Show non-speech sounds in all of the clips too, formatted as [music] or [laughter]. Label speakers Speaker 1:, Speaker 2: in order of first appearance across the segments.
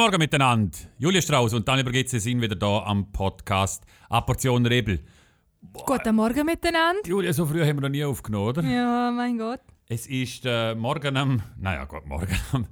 Speaker 1: Morgen miteinander. Julia Strauss und Daniel Bergitze sind wieder da am Podcast Apportion Rebel. Äh.
Speaker 2: Guten Morgen miteinander.
Speaker 1: Julia, so früh haben wir noch nie aufgenommen, oder?
Speaker 2: Ja, mein Gott.
Speaker 1: Es ist äh, morgen am. Naja, Gott, morgen am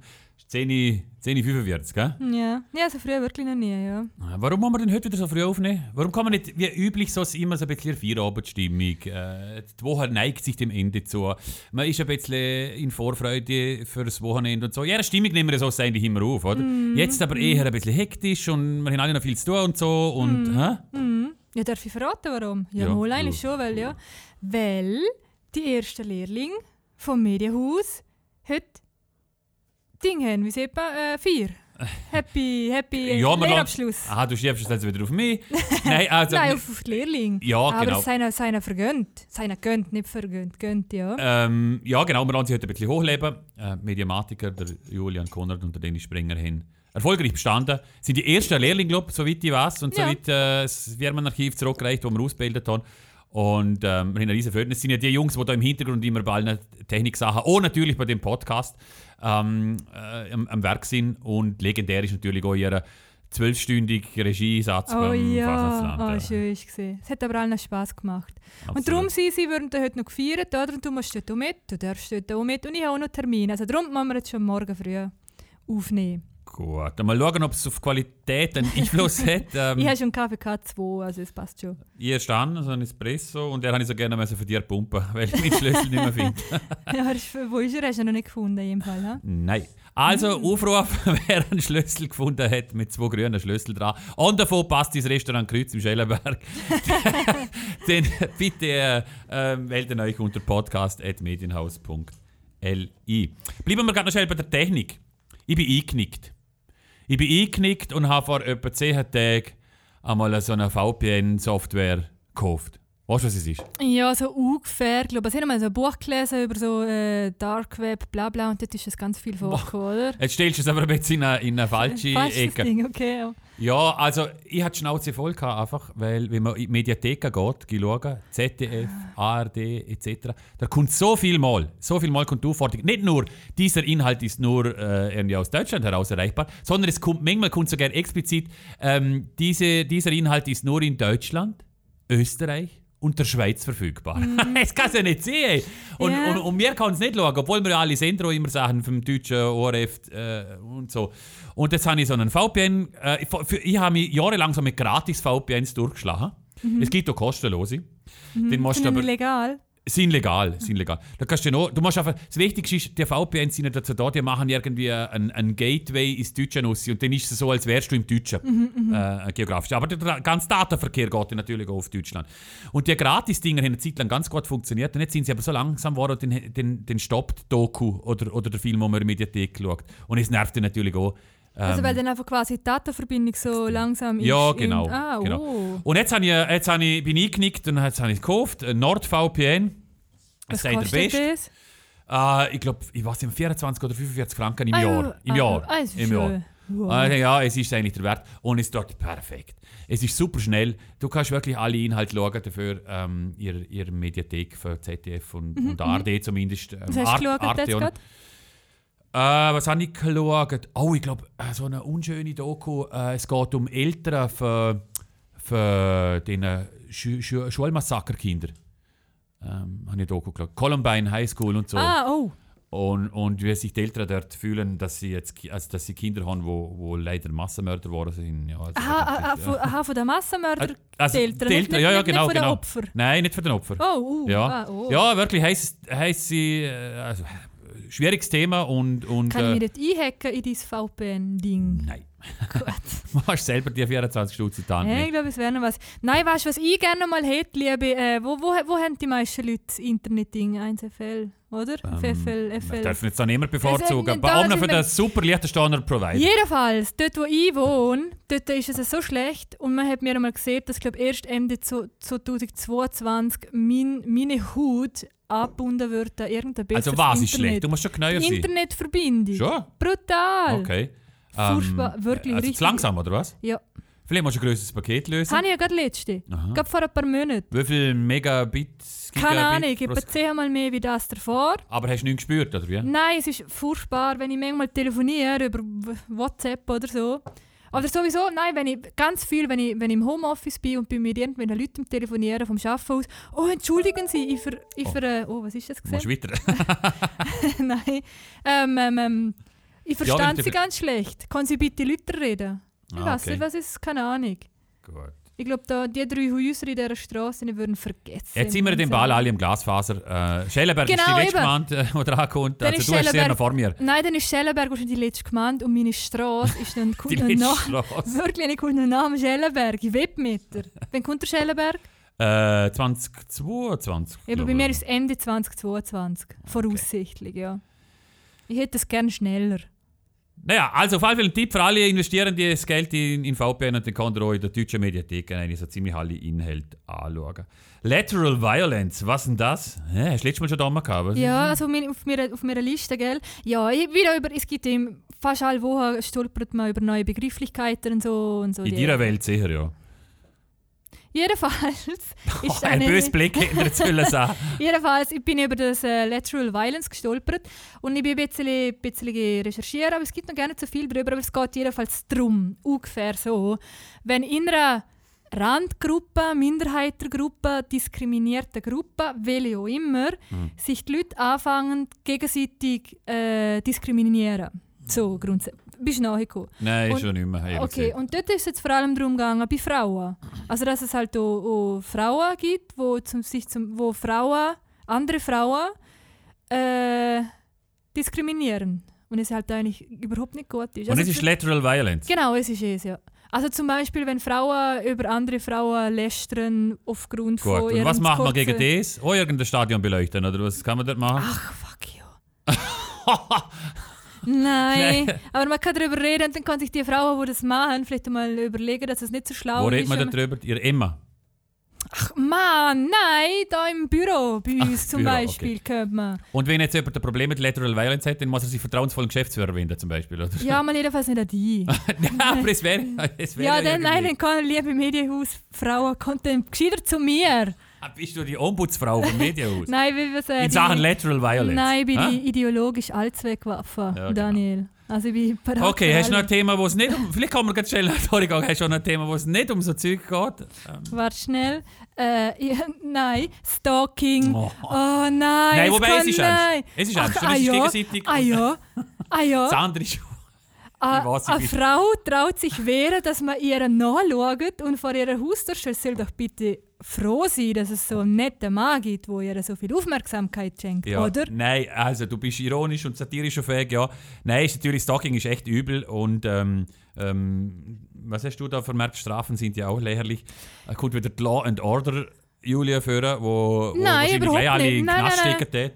Speaker 1: 10.45 10.45, gell?
Speaker 2: Ja. Ja, so früh wirklich noch nie, ja.
Speaker 1: Warum haben wir denn heute wieder so früh aufnehmen? Warum kann man nicht, wie üblich, so immer so ein bisschen Feierabendstimmung? Äh, die Woche neigt sich dem Ende zu. Man ist ein bisschen in Vorfreude für das Wochenende und so. Ja, die Stimmung nehmen wir so eigentlich immer auf, oder?
Speaker 2: Mhm.
Speaker 1: Jetzt aber eher ein bisschen hektisch und wir haben alle noch viel zu tun und so. Und, hä?
Speaker 2: Mhm. Ja, darf ich verraten, warum? Ja,
Speaker 1: Ja.
Speaker 2: mal eigentlich
Speaker 1: Ja.
Speaker 2: schon, weil ja. Weil die ersten Lehrling vom Medienhaus heute Ding haben, wie sieht man, äh,
Speaker 1: [laughs]
Speaker 2: vier. Happy, happy
Speaker 1: Ja, wir lassen-
Speaker 2: Lehrabschluss.
Speaker 1: Aha, du schiebst es jetzt also wieder auf mich. [laughs] Nein, also.
Speaker 2: Nein, auf, auf die Lehrling.
Speaker 1: Ja,
Speaker 2: Aber
Speaker 1: genau.
Speaker 2: es seiner, seiner vergönnt. Seiner gönnt, nicht vergönnt, gönnt, ja.
Speaker 1: Ähm, ja, genau, wir lassen sie heute ein bisschen hochleben. Äh, Mediamatiker, der Julian Konrad und der Dennis Sprenger haben erfolgreich bestanden. Sind die ersten Lehrlinge, glaube ich, soweit ich weiß, und
Speaker 2: Ja.
Speaker 1: soweit äh, das Firmenarchiv zurückgereicht, wo wir ausgebildet haben. Und ähm, wir haben eine riesen Freude. Es sind ja die Jungs, die da im Hintergrund immer bei allen Techniksachen, oh natürlich bei dem Podcast, ähm, äh, am, am Werk sind. Und legendär ist natürlich auch ihr zwölfstündiger Regiesatz
Speaker 2: Oh
Speaker 1: beim
Speaker 2: ja, oh,
Speaker 1: Fasnachtsland.
Speaker 2: schön ist gesehen. Es hat aber allen Spass gemacht.
Speaker 1: Absolut.
Speaker 2: Und darum sind sie, würden da heute noch gefeiert, oder? Und du musst dort auch mit, du darfst dort auch mit. Und ich habe auch noch Termine. Also darum müssen wir jetzt schon morgen früh aufnehmen.
Speaker 1: Gut, dann mal schauen, ob es auf die Qualität einen Einfluss hat. Ähm,
Speaker 2: Ich habe schon KVK 2, also es passt schon.
Speaker 1: Ihr ist an, so ein Espresso, und der habe ich so gerne müssen für dir pumpen, [laughs] weil ich meinen Schlüssel nicht mehr finde.
Speaker 2: ja, ist- wo ist er? Hast du ihn noch nicht gefunden, in jedem Fall. Ha?
Speaker 1: Nein. Also, Aufruf, [laughs] wer einen Schlüssel gefunden hat mit zwei grünen Schlüsseln dran. Und davon passt ins Restaurant Kreuz im Schellenberg. [laughs] Dann bitte äh, äh, melden euch unter podcast.medienhaus.li. Bleiben wir gerade noch schnell bei der Technik. Ich bin eingenickt. Ich bin eingenickt und habe vor etwa 10 Tagen einmal so eine VPN-Software gekauft. Weißt du, was es ist?
Speaker 2: Ja, so ungefähr. Ich glaube, ich habe mal so ein Buch gelesen über so äh, Dark Web, bla bla, und dort ist es ganz viel vorgekommen, oder?
Speaker 1: Jetzt stellst du es aber ein bisschen in eine, in eine falsche
Speaker 2: Falsches
Speaker 1: Ecke.
Speaker 2: Ding, okay. ja.
Speaker 1: Ja, also ich hatte die Schnauze voll, gehabt, einfach, weil wenn man in die Mediatheken geht, geh schauen, ZDF, ARD etc., da kommt so viel mal, so viel mal kommt die Aufforderung. Nicht nur, dieser Inhalt ist nur äh, irgendwie aus Deutschland heraus erreichbar, sondern es kommt, manchmal kommt sogar explizit, ähm, diese, dieser Inhalt ist nur in Deutschland, Österreich und der Schweiz verfügbar. [laughs] das kannst du ja nicht sehen. ey. Und,
Speaker 2: Ja.
Speaker 1: und, und wir können es nicht schauen, obwohl wir ja alle sehen auch immer Sachen vom deutschen ORF äh, und so. Und jetzt habe ich so einen VPN. Äh, für, für- ich habe mich jahrelang so mit gratis VPNs durchgeschlagen. Es gibt auch kostenlose. Den musst
Speaker 2: Sind
Speaker 1: du
Speaker 2: die
Speaker 1: aber,
Speaker 2: legal?
Speaker 1: sind legal, sind legal. Da kannst du noch, du musst einfach, das Wichtigste ist, die VPNs sind ja dazu da, die machen irgendwie ein, ein Gateway ins Deutsche raus und dann ist es so, als wärst du im Deutschen,
Speaker 2: Mhm,
Speaker 1: äh, geografisch. Aber der Dra- ganze Datenverkehr geht ja natürlich auch auf Deutschland. Und die Gratis-Dinger haben eine Zeit lang ganz gut funktioniert und jetzt sind sie aber so langsam geworden, und dann, dann, dann stoppt die Doku oder, oder der Film, den man in der Mediathek schaut. Und es nervt dann natürlich auch. Ähm,
Speaker 2: Also weil dann einfach quasi die Datenverbindung so langsam ist.
Speaker 1: Ja,
Speaker 2: in-
Speaker 1: genau.
Speaker 2: ah,
Speaker 1: genau.
Speaker 2: oh.
Speaker 1: Und jetzt, hab ich, jetzt hab ich, bin ich eingenickt und jetzt habe ich gekauft, ein NordVPN.
Speaker 2: Was
Speaker 1: sei der
Speaker 2: kostet
Speaker 1: Beste.
Speaker 2: das?
Speaker 1: Äh, ich glaube, ich weiß nicht, 24 oder 45 Franken im
Speaker 2: Ah, ja.
Speaker 1: Jahr. Im
Speaker 2: Ah,
Speaker 1: Jahr.
Speaker 2: ah, ist
Speaker 1: Im
Speaker 2: schön. Wow.
Speaker 1: Ah, ja, es ist eigentlich der Wert. Und es dort perfekt. Es ist super schnell. Du kannst wirklich alle Inhalte schauen dafür. Ähm, ihr, ihr Mediathek für ZDF und, und ARD zumindest. Ähm,
Speaker 2: Mhm, Was hast du geschaut jetzt
Speaker 1: und-
Speaker 2: gerade?
Speaker 1: äh, was habe ich geschaut? Oh, ich glaube, so eine unschöne Doku. Äh, es geht um Eltern für, für den äh, Schu Schu Schulmassakerkinder. Ähm, habe ich Doku geschaut. Columbine High School und so.
Speaker 2: Ah, oh.
Speaker 1: Und, und wie sich die Eltern dort fühlen, dass sie jetzt ki- also dass sie Kinder haben, wo, wo leider Massenmörder geworden sind. Ja, also,
Speaker 2: Aha, aha, von, aha, von den Massenmördern.
Speaker 1: also,
Speaker 2: die Eltern,
Speaker 1: die
Speaker 2: nicht-
Speaker 1: Eltern, ja, ja,
Speaker 2: nicht- nicht
Speaker 1: genau,
Speaker 2: von den
Speaker 1: genau.
Speaker 2: Opfern.
Speaker 1: Nein, nicht für den Opfer.
Speaker 2: Oh, uh,
Speaker 1: ja.
Speaker 2: Ah, oh.
Speaker 1: ja, wirklich heiß, heiß sie, äh, also, schwieriges Thema und, und
Speaker 2: Kann
Speaker 1: äh,
Speaker 2: ich mir das einhacken in dein VPN-Ding?
Speaker 1: Nein. [laughs] Gut. Machst selber die 24 Stunden getan.
Speaker 2: Hey, ich glaube, es wäre noch was. Nein, weißt du, was ich gerne mal hätte, liebe? Äh, wo, wo, wo haben die meisten Leute das Internet-Ding? 1FL, oder? FFL,
Speaker 1: Ähm, Wir
Speaker 2: FL.
Speaker 1: dürfen jetzt auch niemand bevorzugen.
Speaker 2: Also,
Speaker 1: Bei allem
Speaker 2: da
Speaker 1: für
Speaker 2: sind
Speaker 1: den super Liechtensteiner Provider.
Speaker 2: Jedenfalls, dort wo ich wohne, dort ist es so schlecht und man hat mir einmal gesehen, dass glaub, erst Ende zu- 2022 mein, meine Haut angebunden wird an irgendein besseres
Speaker 1: Also was
Speaker 2: Internet.
Speaker 1: ist schlecht? Du musst schon genauer
Speaker 2: Die
Speaker 1: sein.
Speaker 2: Internetverbindung.
Speaker 1: Ah, Schon?
Speaker 2: Brutal.
Speaker 1: Okay.
Speaker 2: Furchtbar, wirklich
Speaker 1: also
Speaker 2: richtig.
Speaker 1: zu langsam, oder was?
Speaker 2: Ja.
Speaker 1: Vielleicht musst du ein grösseres Paket lösen.
Speaker 2: Habe ich ja gerade letzte.
Speaker 1: Aha.
Speaker 2: Gerade vor ein paar Monaten.
Speaker 1: Wie viel Megabit?
Speaker 2: Keine Ahnung,
Speaker 1: Gigabit pro
Speaker 2: etwa
Speaker 1: Sek-
Speaker 2: zehnmal mehr wie das davor.
Speaker 1: Aber hast du nichts gespürt, oder wie?
Speaker 2: Nein, es ist furchtbar, wenn ich manchmal telefoniere über W- WhatsApp oder so. Oder sowieso, nein, wenn ich ganz viel, wenn ich, wenn ich im Homeoffice bin und bin mit irgendwelchen Leuten am telefonieren vom Arbeiten aus. Oh, entschuldigen Sie, ich ver... Ich
Speaker 1: Oh.
Speaker 2: ver äh, oh, was ist das
Speaker 1: Du musst
Speaker 2: gesehen?
Speaker 1: weiter.
Speaker 2: [laughs] nein. Ähm, ähm, ähm, ich
Speaker 1: Ja, wenn
Speaker 2: verstand
Speaker 1: du
Speaker 2: Sie
Speaker 1: ver-
Speaker 2: ganz schlecht. Können Sie bitte Leute reden? Ich
Speaker 1: Ah,
Speaker 2: weiß
Speaker 1: okay.
Speaker 2: nicht, was ist, keine Ahnung.
Speaker 1: Gut.
Speaker 2: Ich glaube, da die drei Häuser in dieser Straße die würden vergessen.
Speaker 1: Jetzt sind wir den Ball alle im Glasfaser. Äh, Schellenberg ist
Speaker 2: Genau,
Speaker 1: die
Speaker 2: eben.
Speaker 1: letzte Gemeinde, äh, die drankommt.
Speaker 2: Dann ist
Speaker 1: Also du hast sehr
Speaker 2: Schellenberg-
Speaker 1: noch vor mir.
Speaker 2: Nein, dann ist Schellenberg wahrscheinlich die letzte Gemeinde und meine Straße
Speaker 1: [laughs]
Speaker 2: ist dann
Speaker 1: Die
Speaker 2: kommt dann
Speaker 1: letzte
Speaker 2: noch.
Speaker 1: Straße.
Speaker 2: Wirklich, ich komme den Namen Schellenberg. Ich Webmeter. Wann kommt der Schellenberg?
Speaker 1: Äh, 2022.
Speaker 2: Eben,
Speaker 1: glaube
Speaker 2: bei mir
Speaker 1: ich.
Speaker 2: ist es Ende 2022. Voraussichtlich, ja. Ich hätte es gerne schneller.
Speaker 1: Naja, also auf jeden Fall ein Tipp für alle investieren die das Geld in, in VPN und den könnt ihr auch in der deutschen Mediathek eigentlich so ziemlich alle Inhalte anschauen. Lateral Violence, was denn das? Hä, hast du letztes Mal schon da mal gehabt? was?
Speaker 2: Ja, also mein- auf meiner, auf meiner Liste, gell? Ja, ich, wieder über, es gibt eben fast alle Wochen stolpert man über neue Begrifflichkeiten und so. Und so
Speaker 1: In
Speaker 2: die-
Speaker 1: deiner Welt sicher, ja. [laughs]
Speaker 2: Jedenfalls
Speaker 1: Oh,
Speaker 2: ist
Speaker 1: ein
Speaker 2: eine-
Speaker 1: böses Blick hätte er zu
Speaker 2: [laughs]
Speaker 1: sagen.
Speaker 2: Jedenfalls, ich bin über das äh, Lateral Violence gestolpert und ich bin ein bisschen, bisschen recherchieren, aber es gibt noch gar nicht so viel darüber, aber es geht jedenfalls darum, ungefähr so, wenn in einer Randgruppe, Minderheitengruppe, diskriminierten Gruppe, welche auch immer, sich die Leute anfangen, gegenseitig äh, diskriminieren. So, grundsätzlich. Bist du nachgekommen?
Speaker 1: Nein, ist
Speaker 2: Und-
Speaker 1: schon nicht mehr. ehrlich
Speaker 2: Okay,
Speaker 1: gesagt.
Speaker 2: und dort ist es jetzt vor allem darum gegangen, bei Frauen. Also, dass es halt auch, auch Frauen gibt, wo, zum, sich zum, wo Frauen, andere Frauen äh, diskriminieren. Und es halt eigentlich überhaupt nicht gut ist.
Speaker 1: Und
Speaker 2: Also
Speaker 1: es ist
Speaker 2: zu-
Speaker 1: Lateral Violence.
Speaker 2: Genau, es ist es, ja. Also zum Beispiel, wenn Frauen über andere Frauen lästern aufgrund von
Speaker 1: Gut, und
Speaker 2: ihrem
Speaker 1: was macht man
Speaker 2: kurzen-
Speaker 1: gegen das? Oh, irgendein Stadion beleuchten, oder was kann man dort machen?
Speaker 2: Ach, fuck you.
Speaker 1: [laughs]
Speaker 2: Nein,
Speaker 1: Nein.
Speaker 2: aber man kann darüber reden und dann kann sich die Frauen, die das machen, vielleicht mal überlegen, dass es nicht so schlau
Speaker 1: Wo
Speaker 2: ist.
Speaker 1: redet man
Speaker 2: wenn
Speaker 1: da drüber? Ihr Emma.
Speaker 2: Mann, nein, da im Büro bei uns
Speaker 1: das
Speaker 2: zum
Speaker 1: Büro,
Speaker 2: Beispiel
Speaker 1: [laughs]
Speaker 2: könnte man.
Speaker 1: Und wenn jetzt jemand ein Problem mit Lateral Violence hat, dann muss er sich vertrauensvollen Geschäftsführer wenden, zum Beispiel. Oder? [laughs]
Speaker 2: Ja, mal jedenfalls nicht an die.
Speaker 1: Nein, aber es wäre. Es wäre
Speaker 2: ja, dann, nein,
Speaker 1: irgendwie-
Speaker 2: dann kann liebe Medienhaus Frauen kommt dann gescheiter zu mir.
Speaker 1: Ah, Bist du die Ombudsfrau vom Medienhaus?
Speaker 2: [laughs] Nein, wie wir sagen.
Speaker 1: In Sachen Lateral Violence.
Speaker 2: Nein, ich bin
Speaker 1: Hä?
Speaker 2: die ideologisch Allzweckwaffe,
Speaker 1: Ja, genau.
Speaker 2: Daniel. Also ich bin bereit.
Speaker 1: Okay,
Speaker 2: für
Speaker 1: hast du noch ein
Speaker 2: alles.
Speaker 1: Thema, wo es nicht um. Vielleicht kann man ganz schnell nach vorne gehen. Hast du noch ein Thema, wo es nicht um so Zeug geht? Ähm,
Speaker 2: Warte schnell. Äh, ja, [laughs] nein, Stalking.
Speaker 1: Oh.
Speaker 2: Oh, nein.
Speaker 1: Nein, wobei,
Speaker 2: kann-
Speaker 1: es ist ernst.
Speaker 2: nein.
Speaker 1: Es ist ernst.
Speaker 2: Ach,
Speaker 1: Und
Speaker 2: ah,
Speaker 1: es ist
Speaker 2: ja.
Speaker 1: gegenseitig.
Speaker 2: Ah ja. Ah ja.
Speaker 1: [laughs] Das andere ist.
Speaker 2: A-
Speaker 1: Ich weiß, ich
Speaker 2: Eine
Speaker 1: bin-
Speaker 2: Frau traut sich wehren, dass man ihr nachschaut und vor ihrer Haustür steht. soll doch bitte froh sein, dass es so einen netten Mann gibt, der ihr so viel Aufmerksamkeit schenkt,
Speaker 1: Ja.
Speaker 2: oder?
Speaker 1: Nein, also du bist ironisch und satirisch auf Weg, ja. Nein, ist natürlich, Stalking ist echt übel und ähm, ähm, was hast du da vermerkt? Strafen sind ja auch lächerlich. Da kommt wieder die Law and Order Julia führen, wo, wo
Speaker 2: Nein,
Speaker 1: wahrscheinlich
Speaker 2: überhaupt
Speaker 1: gleich alle
Speaker 2: nicht.
Speaker 1: in den
Speaker 2: Nein,
Speaker 1: Knast
Speaker 2: nein, nein.
Speaker 1: stecken dort.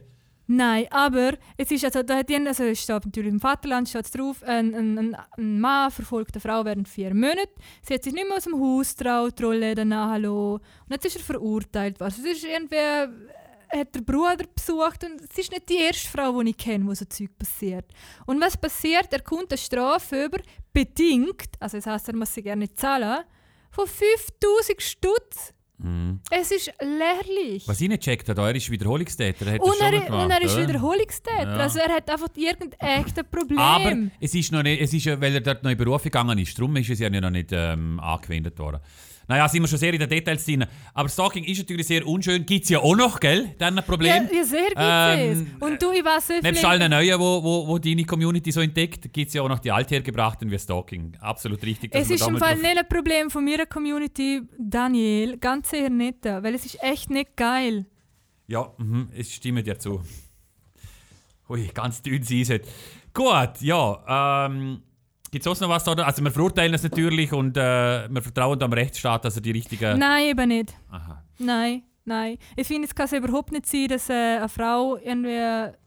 Speaker 2: Nein, aber es ist also, da hat jemand- also es steht natürlich im Vaterland steht drauf, ein, ein, ein, ein Mann verfolgt eine Frau während vier Monate, sie hat sich nicht mehr aus dem Haus traut, die Rolle danach hallo und jetzt ist er verurteilt worden. Also es ist irgendwie äh, hat der Bruder besucht und es ist nicht die erste Frau, die ich kenne, wo so Zeug passiert. Und was passiert? Er kommt eine Strafe über, bedingt, also das heißt, er muss sie gerne zahlen, von 5000 Stutz. Es ist lächerlich.
Speaker 1: Mhm. Was ich nicht checkt habe, er ist Wiederholungstäter. Hat das
Speaker 2: Und
Speaker 1: schon mal
Speaker 2: er,
Speaker 1: gemacht,
Speaker 2: und er ist
Speaker 1: oder?
Speaker 2: Wiederholungstäter.
Speaker 1: Ja.
Speaker 2: Also er hat einfach irgendein echtes Problem.
Speaker 1: Aber es ist noch nicht, es ist, ja, weil er dort noch in Beruf gegangen ist, darum ist es ja noch nicht ähm, angewendet worden. Naja, sind wir schon sehr in den Details drin. Aber Stalking ist natürlich sehr unschön, gibt es ja auch noch, gell? Dann ein
Speaker 2: ja,
Speaker 1: Problem.
Speaker 2: ja, sehr
Speaker 1: Ähm,
Speaker 2: witzig. und du, ich weiß nicht.
Speaker 1: Nebst allen Neuen, wo, wo, wo deine Community so entdeckt, gibt es ja auch noch die althergebrachten wie Stalking. Absolut richtig. dass
Speaker 2: Es
Speaker 1: man
Speaker 2: ist
Speaker 1: da
Speaker 2: im
Speaker 1: mal
Speaker 2: Fall
Speaker 1: drauf-
Speaker 2: nicht ein Problem von meiner Community, Daniel, ganz sicher nicht. Weil es ist echt nicht geil.
Speaker 1: Ja, mhm, es stimmt dir zu. Ui, ganz dünn sein sollte. Gut, ja. Ähm, gibt es sonst noch was da? Also wir verurteilen es natürlich und äh, wir vertrauen am Rechtsstaat, dass er die richtigen...
Speaker 2: Nein, eben nicht.
Speaker 1: Aha.
Speaker 2: Nein, nein. Ich finde, es kann überhaupt nicht sein, dass äh, eine Frau irgendwie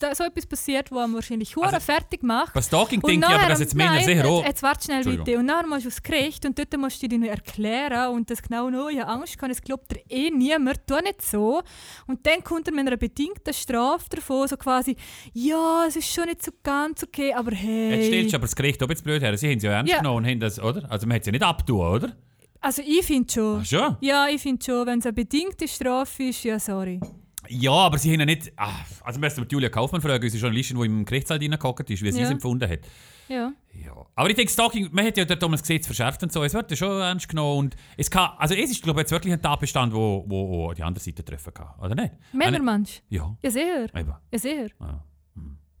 Speaker 2: da, so etwas passiert, wo einem wahrscheinlich Huren
Speaker 1: Also,
Speaker 2: fertig macht.
Speaker 1: Bei Stalking denke ich aber, dass jetzt Männer
Speaker 2: nein,
Speaker 1: sehr
Speaker 2: jetzt,
Speaker 1: hoch.
Speaker 2: jetzt warte schnell
Speaker 1: Entschuldigung.
Speaker 2: bitte. Und nachher musst du aufs Gericht und dort musst du dir erklären und das genau noch, ja Angst kann, es glaubt dir eh niemand, tu nicht so. Und dann kommt er mit einer bedingten Strafe davon, so quasi, ja, es ist schon nicht so ganz okay, aber hey.
Speaker 1: Jetzt stellst du aber das Gericht ob jetzt blöd her. Sie haben es ja ernst
Speaker 2: Ja.
Speaker 1: genommen und haben das, oder? Also man hat es ja nicht abgetan, oder?
Speaker 2: also ich finde schon.
Speaker 1: Ach schon?
Speaker 2: Ja, ich finde schon, wenn es eine bedingte Strafe ist, ja sorry.
Speaker 1: Ja, aber sie haben ja nicht... Ah, also wir müssen Julia Kaufmann fragen, unsere Journalistin, die im Gerichtssaal reingehockt ist, wie sie
Speaker 2: Ja.
Speaker 1: es empfunden hat.
Speaker 2: Ja.
Speaker 1: Ja. Aber ich denke, Stalking, man hat ja dort damals das Gesetz verschärft und so, es wird ja schon ernst genommen. Und es, kann, also es ist, glaube ich, jetzt wirklich ein Tatbestand, wo, wo, wo die andere Seite treffen kann, oder nicht?
Speaker 2: Männer manch.
Speaker 1: Ja,
Speaker 2: Ja, sehr.
Speaker 1: eben.
Speaker 2: Ja, sehr.
Speaker 1: Ah.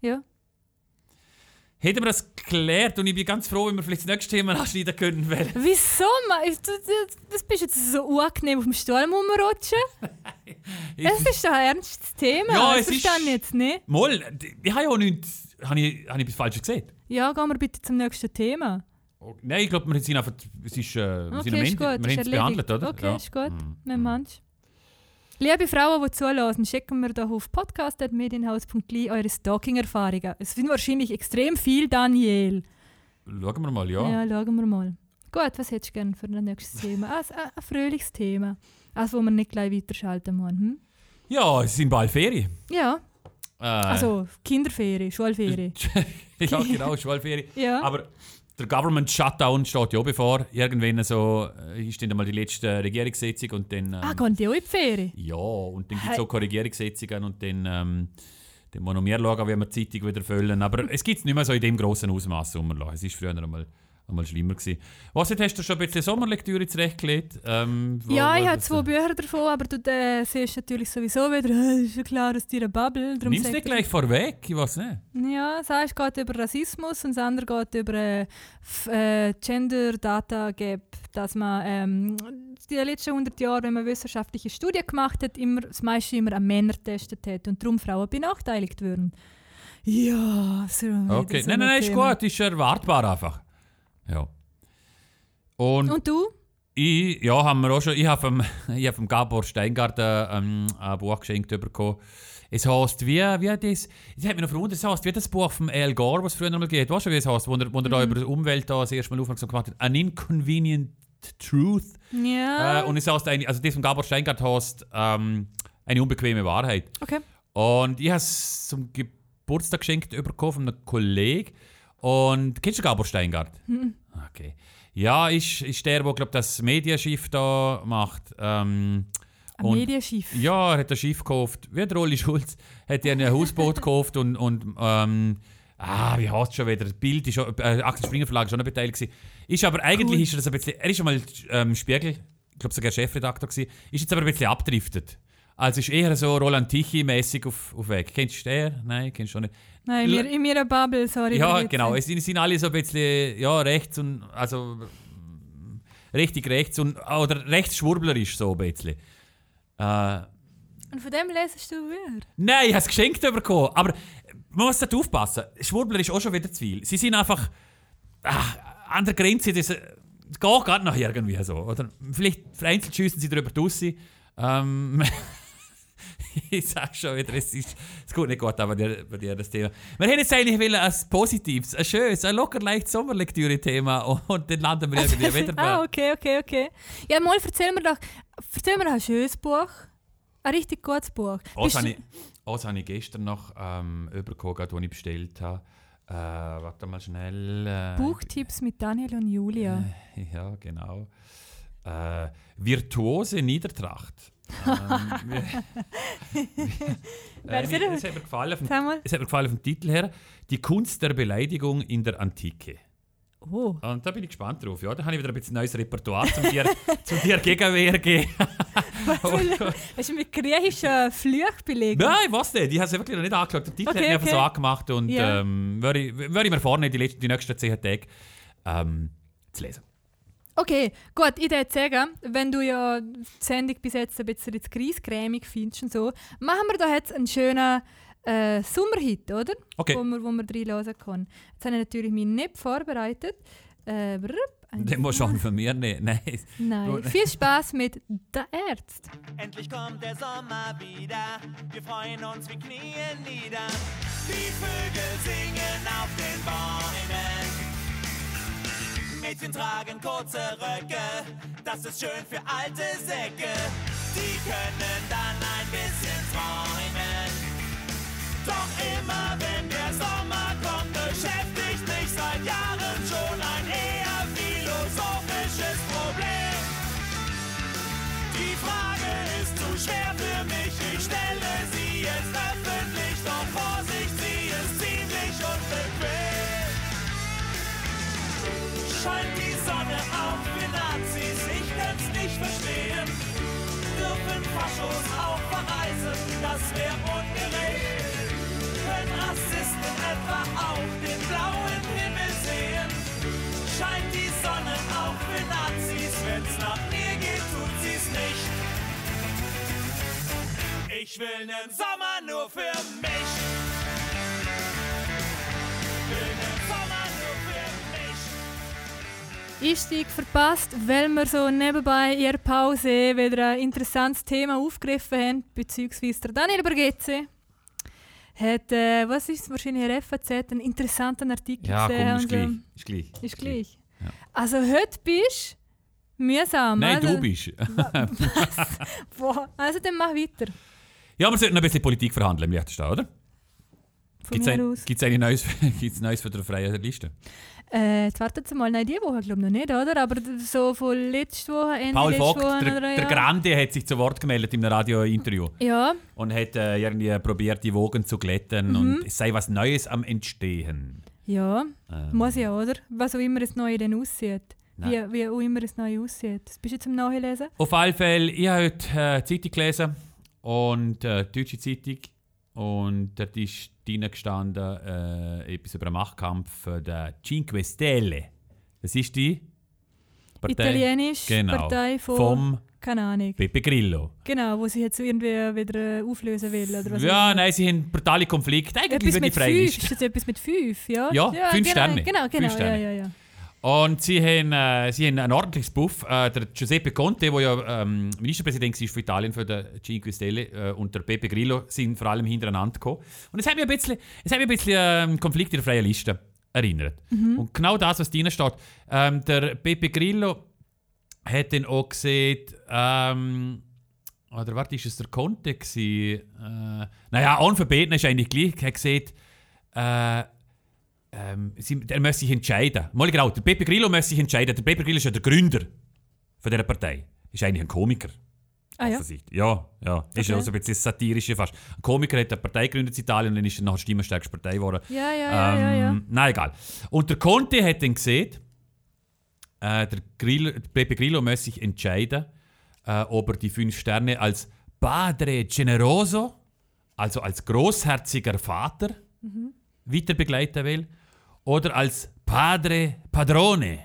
Speaker 2: Ja.
Speaker 1: Hätten wir das geklärt und ich bin ganz froh, wenn wir vielleicht das nächste Thema [laughs] anschneiden können, weil
Speaker 2: Wieso, Mann? Ich- du- du- Das bist jetzt so unangenehm auf dem Sturm
Speaker 1: [laughs]
Speaker 2: rumrutschen. Es ist doch ein ernstes Thema.
Speaker 1: Ja,
Speaker 2: das
Speaker 1: es ist-
Speaker 2: verstehe ich jetzt nicht.
Speaker 1: Moll, ich habe ja auch nichts, habe ich, habe ich etwas Falsches gesehen?
Speaker 2: Ja, gehen wir bitte zum nächsten Thema.
Speaker 1: Nein, ich glaube, wir sind einfach, es ist, äh, wir sind am
Speaker 2: Okay,
Speaker 1: Ende,
Speaker 2: ist gut.
Speaker 1: wir
Speaker 2: ist
Speaker 1: haben es
Speaker 2: erledigt.
Speaker 1: behandelt, oder?
Speaker 2: Okay,
Speaker 1: Ja.
Speaker 2: ist gut.
Speaker 1: Mhm.
Speaker 2: Mein Mensch. Liebe Frauen, die zuhören, schicken wir doch auf podcast.medienhaus.li eure Stalking-Erfahrungen. Es sind wahrscheinlich extrem viel, Daniel.
Speaker 1: Schauen wir mal, ja.
Speaker 2: Ja. schauen wir mal. Gut, was hättest du gerne für ein nächstes Thema? Also, ein, ein fröhliches Thema. Also, wo wir nicht gleich weiterschalten müssen. Hm?
Speaker 1: Ja, es sind bald Ferien.
Speaker 2: Ja,
Speaker 1: Äh, [laughs]
Speaker 2: also Kinderferien, Schulferien.
Speaker 1: ja, genau, Schulferien.
Speaker 2: [laughs] Ja.
Speaker 1: Aber der Government Shutdown steht ja auch bevor. Irgendwann so äh, ist dann mal die letzte Regierungssitzung und dann. ähm,
Speaker 2: Ah, gehen die auch in die Ferien?
Speaker 1: ja, und dann gibt es auch keine Regierungssitzungen und dann, ähm, dann muss noch mehr schauen, wie wir die Zeitung wieder füllen.
Speaker 2: [laughs]
Speaker 1: Aber es gibt es nicht mehr so in dem grossen Ausmaß rumlassen. Es war früher einmal, einmal schlimmer. Gewesen. Was jetzt hast du schon ein bisschen Sommerlektüre zurechtgelegt? Ähm, wo-
Speaker 2: Ja,
Speaker 1: wo-
Speaker 2: ich habe
Speaker 1: was-
Speaker 2: zwei Bücher davon, aber du äh, siehst natürlich sowieso wieder, [laughs] äh, ist ja klar aus deiner Bubble. Darum
Speaker 1: Nimm's
Speaker 2: sagt
Speaker 1: nicht
Speaker 2: er-
Speaker 1: gleich vorweg, ich weiß nicht.
Speaker 2: Ja, das eine geht über Rassismus und das andere geht über äh, F- äh, Gender Data Gap, dass man ähm, die letzten 100 Jahre, wenn man wissenschaftliche Studien gemacht hat, immer, das meiste immer an Männer getestet hat und darum Frauen benachteiligt würden. Ja, so wieder
Speaker 1: Okay,
Speaker 2: so
Speaker 1: nein, nein,
Speaker 2: ein
Speaker 1: nein, ist
Speaker 2: Thema.
Speaker 1: gut, ist erwartbar einfach. Ja. Und,
Speaker 2: Und du?
Speaker 1: ich, ja, haben wir auch schon, ich habe vom, [laughs] ich habe vom Gabor Steingarten ähm, ein Buch geschenkt bekommen. Es heißt, wie, wie das, das hat mich noch verwundert, es heißt, wie das Buch von Al Gore, was es früher noch mal geht, weißt du, wie es heißt, wo er, wo er da über die Umwelt da das erste Mal aufmerksam gemacht hat, An Inconvenient Truth.
Speaker 2: Ja.
Speaker 1: Äh, und es heißt, eine, also das von Gabor Steingart heißt, ähm, eine unbequeme Wahrheit.
Speaker 2: okay.
Speaker 1: Und ich habe es zum Geburtstag geschenkt bekommen von einem Kollegen. Und kennst du Gabor Steingart? Okay. Ja, ist, ist der, der glaub, das Medienschiff da macht. Ähm,
Speaker 2: Ein
Speaker 1: und-
Speaker 2: Medienschiff.
Speaker 1: ja, er hat ein Schiff gekauft. Wie der Olli Schulz hat er ein Hausboot gekauft und, und ähm, ah, wie heißt schon wieder? Das Bild ist schon, äh, Axel Springer Verlag ist schon noch beteiligt gewesen. Ist aber eigentlich
Speaker 2: Cool.
Speaker 1: ist er das ein bisschen, er ist schon mal ähm, Spiegel, ich glaube sogar Chefredakteur gewesen, ist jetzt aber ein bisschen abdriftet. Also ist eher so Roland Tichy-mäßig auf, auf Weg. Kennst du den? Nein, kennst du auch nicht.
Speaker 2: Nein, in mir, in mir eine Bubble, sorry.
Speaker 1: Ja,
Speaker 2: Fabrizio.
Speaker 1: genau. Es sind, sind alle so ein bisschen ja, rechts und also mm, richtig rechts und oder rechtsschwurblerisch so ein bisschen. Äh,
Speaker 2: Und von dem lesest du wieder.
Speaker 1: Nein, ich habe es geschenkt bekommen. Aber man muss dort aufpassen. Schwurbler ist auch schon wieder zu viel. Sie sind einfach ach, an der Grenze. Das äh, geht gerade noch irgendwie so. Oder vielleicht vereinzelt schiessen sie darüber draussen. Ähm, [laughs] ich sage schon wieder, es, ist, es geht nicht gut an bei dir, bei dir das Thema. Wir hätten jetzt eigentlich wollen, ein positives, ein schönes, ein locker leicht Sommerlektüre-Thema und dann
Speaker 2: [laughs]
Speaker 1: landen wir irgendwie wieder
Speaker 2: Ah,
Speaker 1: bei.
Speaker 2: okay, okay, okay. Ja, mal erzähl mir doch, erzähl mir ein schönes Buch. Ein richtig gutes Buch.
Speaker 1: Also
Speaker 2: Bist
Speaker 1: habe
Speaker 2: du-
Speaker 1: ich, also habe ich gestern noch ähm, bekommen, gerade, das ich bestellt habe. Äh, warte mal schnell. Äh,
Speaker 2: Buchtipps mit Daniel und Julia.
Speaker 1: [laughs] Ja, genau. Äh, virtuose Niedertracht.
Speaker 2: [laughs]
Speaker 1: ähm, äh,
Speaker 2: Wer
Speaker 1: es
Speaker 2: sind wir?
Speaker 1: hat mir gefallen vom,
Speaker 2: Sag mal.
Speaker 1: es hat mir gefallen vom Titel her. Die Kunst der Beleidigung in der Antike.
Speaker 2: Oh.
Speaker 1: Und da bin ich gespannt drauf. Ja, da habe ich wieder ein bisschen neues Repertoire zum dir, zum dir Gegenwehr geben.
Speaker 2: [laughs] Was will Hast du mit griechischen Flüch belegt?
Speaker 1: Oh Nein, was nicht. Ich habe es wirklich noch nicht angeschaut. Der Titel
Speaker 2: Okay,
Speaker 1: hat mich einfach
Speaker 2: okay.
Speaker 1: so angemacht und
Speaker 2: Ja.
Speaker 1: ähm, würde ich, würde ich mir vornehmen, die, letzten, die nächsten zehn Tage ähm, zu
Speaker 2: [laughs]
Speaker 1: lesen.
Speaker 2: Okay, gut, ich würde sagen, wenn du ja die Sendung bis jetzt ein bisschen jetzt griesgrämig findest und so, machen wir da jetzt einen schönen äh, Sommerhit, oder?
Speaker 1: Okay.
Speaker 2: Wo man, wo man reinhören kann. Jetzt habe ich natürlich mich nicht vorbereitet. Äh, brrr, eins,
Speaker 1: Den muss schon von mir nehmen. Nein.
Speaker 2: Nein.
Speaker 1: Du-
Speaker 2: Viel Spaß mit der Ärzte.
Speaker 3: Endlich kommt der Sommer wieder. Wir freuen uns, wir knien nieder. Die Vögel singen auf den Bäumen. Mädchen tragen kurze Röcke, das ist schön für alte Säcke. Die können dann ein bisschen träumen. Doch immer wenn der Sommer kommt, beschäftigt mich seit Jahren schon ein eher philosophisches Problem. Die Frage ist zu schwer für mich, ich stelle sie jetzt öffentlich, doch Vorsicht, sie ist ziemlich unbequem. Scheint die Sonne auf für Nazis, ich kann's nicht verstehen. Dürfen Faschos auch verreisen, das wär ungerecht. Können Rassisten etwa auch den blauen Himmel sehen? Scheint die Sonne auch für Nazis, wenn's nach mir geht, tut sie's nicht. Ich will nen Sommer nur für mich. Will nen Sommer nur für mich.
Speaker 2: Einstieg verpasst, weil wir so nebenbei in der Pause wieder ein interessantes Thema aufgegriffen haben, beziehungsweise der Daniel Bergetze hat, äh, was ist es, wahrscheinlich in der FAZ, einen interessanten Artikel
Speaker 1: Ja, komm,
Speaker 2: gesehen.
Speaker 1: ist
Speaker 2: und,
Speaker 1: gleich.
Speaker 2: ähm,
Speaker 1: Ist gleich.
Speaker 2: Ist gleich.
Speaker 1: Ja.
Speaker 2: Also heute bist du mühsam.
Speaker 1: Nein,
Speaker 2: also,
Speaker 1: du bist.
Speaker 2: [laughs] Boah, also dann mach weiter.
Speaker 1: Ja, wir sollten ein bisschen Politik verhandeln im letzten oder?
Speaker 2: Von
Speaker 1: Gibt es
Speaker 2: mir
Speaker 1: ein,
Speaker 2: aus.
Speaker 1: gibt's eigentlich Neues, [laughs] gibt's Neues von der freien Liste?
Speaker 2: Äh, jetzt wartet sie mal, nein, die Woche glaube ich noch nicht, oder? Aber d- so von letzter Woche, Ende
Speaker 1: Paul
Speaker 2: letzter
Speaker 1: Vogt,
Speaker 2: Woche.
Speaker 1: der,
Speaker 2: oder,
Speaker 1: der
Speaker 2: ja.
Speaker 1: Grande, hat sich zu Wort gemeldet im Radio-Interview
Speaker 2: ja,
Speaker 1: und hat äh, irgendwie probiert, die Wogen zu
Speaker 2: Mhm.
Speaker 1: glätten und es sei was Neues am Entstehen.
Speaker 2: ja,
Speaker 1: Ähm.
Speaker 2: muss ja, oder? Was auch immer das Neue denn aussieht.
Speaker 1: Nein.
Speaker 2: Wie, wie auch immer das Neue aussieht. Das bist du zum Nachlesen?
Speaker 1: Auf alle Fälle, ich habe heute äh, Zeitung gelesen und äh, deutsche Zeitung und dort ist drin gestanden äh, etwas über den Machtkampf äh, der Cinque Stelle. Das ist die
Speaker 2: Italienisch,
Speaker 1: genau,
Speaker 2: Partei von...
Speaker 1: vom
Speaker 2: keine Ahnung.
Speaker 1: Pepe Grillo.
Speaker 2: Genau, wo sie jetzt irgendwie wieder auflösen will, oder was
Speaker 1: Ja, nein, sie haben brutale Konflikte. Eigentlich,
Speaker 2: Etwas
Speaker 1: wenn die
Speaker 2: mit
Speaker 1: frei
Speaker 2: fünf,
Speaker 1: ist.
Speaker 2: ist jetzt etwas mit fünf, ja?
Speaker 1: Ja, fünf
Speaker 2: genau,
Speaker 1: Sterne.
Speaker 2: Genau,
Speaker 1: Fünf
Speaker 2: genau,
Speaker 1: Sterne.
Speaker 2: ja, ja, ja.
Speaker 1: Und sie haben, äh, sie haben ein ordentliches Buff. Äh, der Giuseppe Conte, der ja ähm, Ministerpräsident war für Italien, für die Cinque Stelle, äh, und der Pepe Grillo sind vor allem hintereinander gekommen. Und es hat mich ein bisschen, es hat mich ein bisschen ähm, Konflikt in der freien Liste erinnert. Und genau das, was drin steht. Ähm, der Pepe Grillo hat dann auch gesehen, ähm, oder warte, ist es der Conte gewesen? Äh, naja, unverbeten ist eigentlich gleich. Er hat gesagt, äh, ähm, sie, der muss sich entscheiden. Mal genau, der Pepe Grillo muss sich entscheiden. Der Pepe Grillo ist ja der Gründer von dieser Partei. Ist eigentlich ein Komiker.
Speaker 2: Ah, ja.
Speaker 1: offensichtlich. ja, ja. Ist ja
Speaker 2: Okay.
Speaker 1: so ein bisschen das satirische fast. Ein Komiker hat eine Partei gegründet in Italien und dann ist er nachher die stimmenstärkste Partei geworden.
Speaker 2: Ja, ja, ja, ja, ja.
Speaker 1: Ähm, Nein, egal. Und der Conte hat dann gesehen, äh, der Grillo, der Pepe Grillo muss sich entscheiden, äh, ob er die fünf Sterne als Padre Generoso, also als großherziger Vater,
Speaker 2: Mhm.
Speaker 1: weiter begleiten will, oder als Padre Padrone,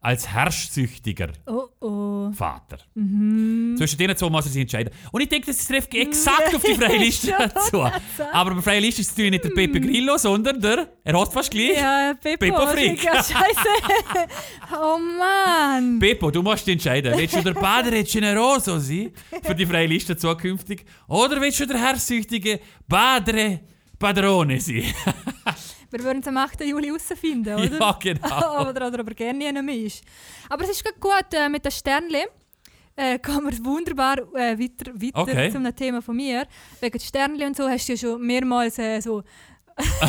Speaker 1: als herrschsüchtiger
Speaker 2: Oh, oh.
Speaker 1: Vater.
Speaker 2: Mhm.
Speaker 1: Zwischen denen zwei muss er sich entscheiden. Und ich denke, das trifft exakt auf die freie
Speaker 2: [laughs]
Speaker 1: Liste zu. Aber bei freien Liste ist es natürlich nicht der Pepe Grillo, sondern der, er heißt fast gleich,
Speaker 2: Mhm. Ja, Peppo,
Speaker 1: Peppo Frick.
Speaker 2: Frick. [laughs] Ja, scheiße. [laughs] oh Mann.
Speaker 1: Beppo, du musst dich entscheiden. Willst du der Padre Generoso sein für die freie Liste zukünftig? Oder willst du der herrschsüchtige Padre Padrone sein? [laughs]
Speaker 2: Wir würden es am 8. Juli herausfinden, oder?
Speaker 1: ja, [laughs] genau.
Speaker 2: oder, oder aber gerne nicht mehr ist. Aber es ist gerade gut äh, mit den Sternchen. Äh, kommen wir wunderbar äh, weiter, weiter
Speaker 1: Okay.
Speaker 2: zum Thema von mir. Wegen den Sternchen und so hast du ja schon mehrmals äh, so [laughs]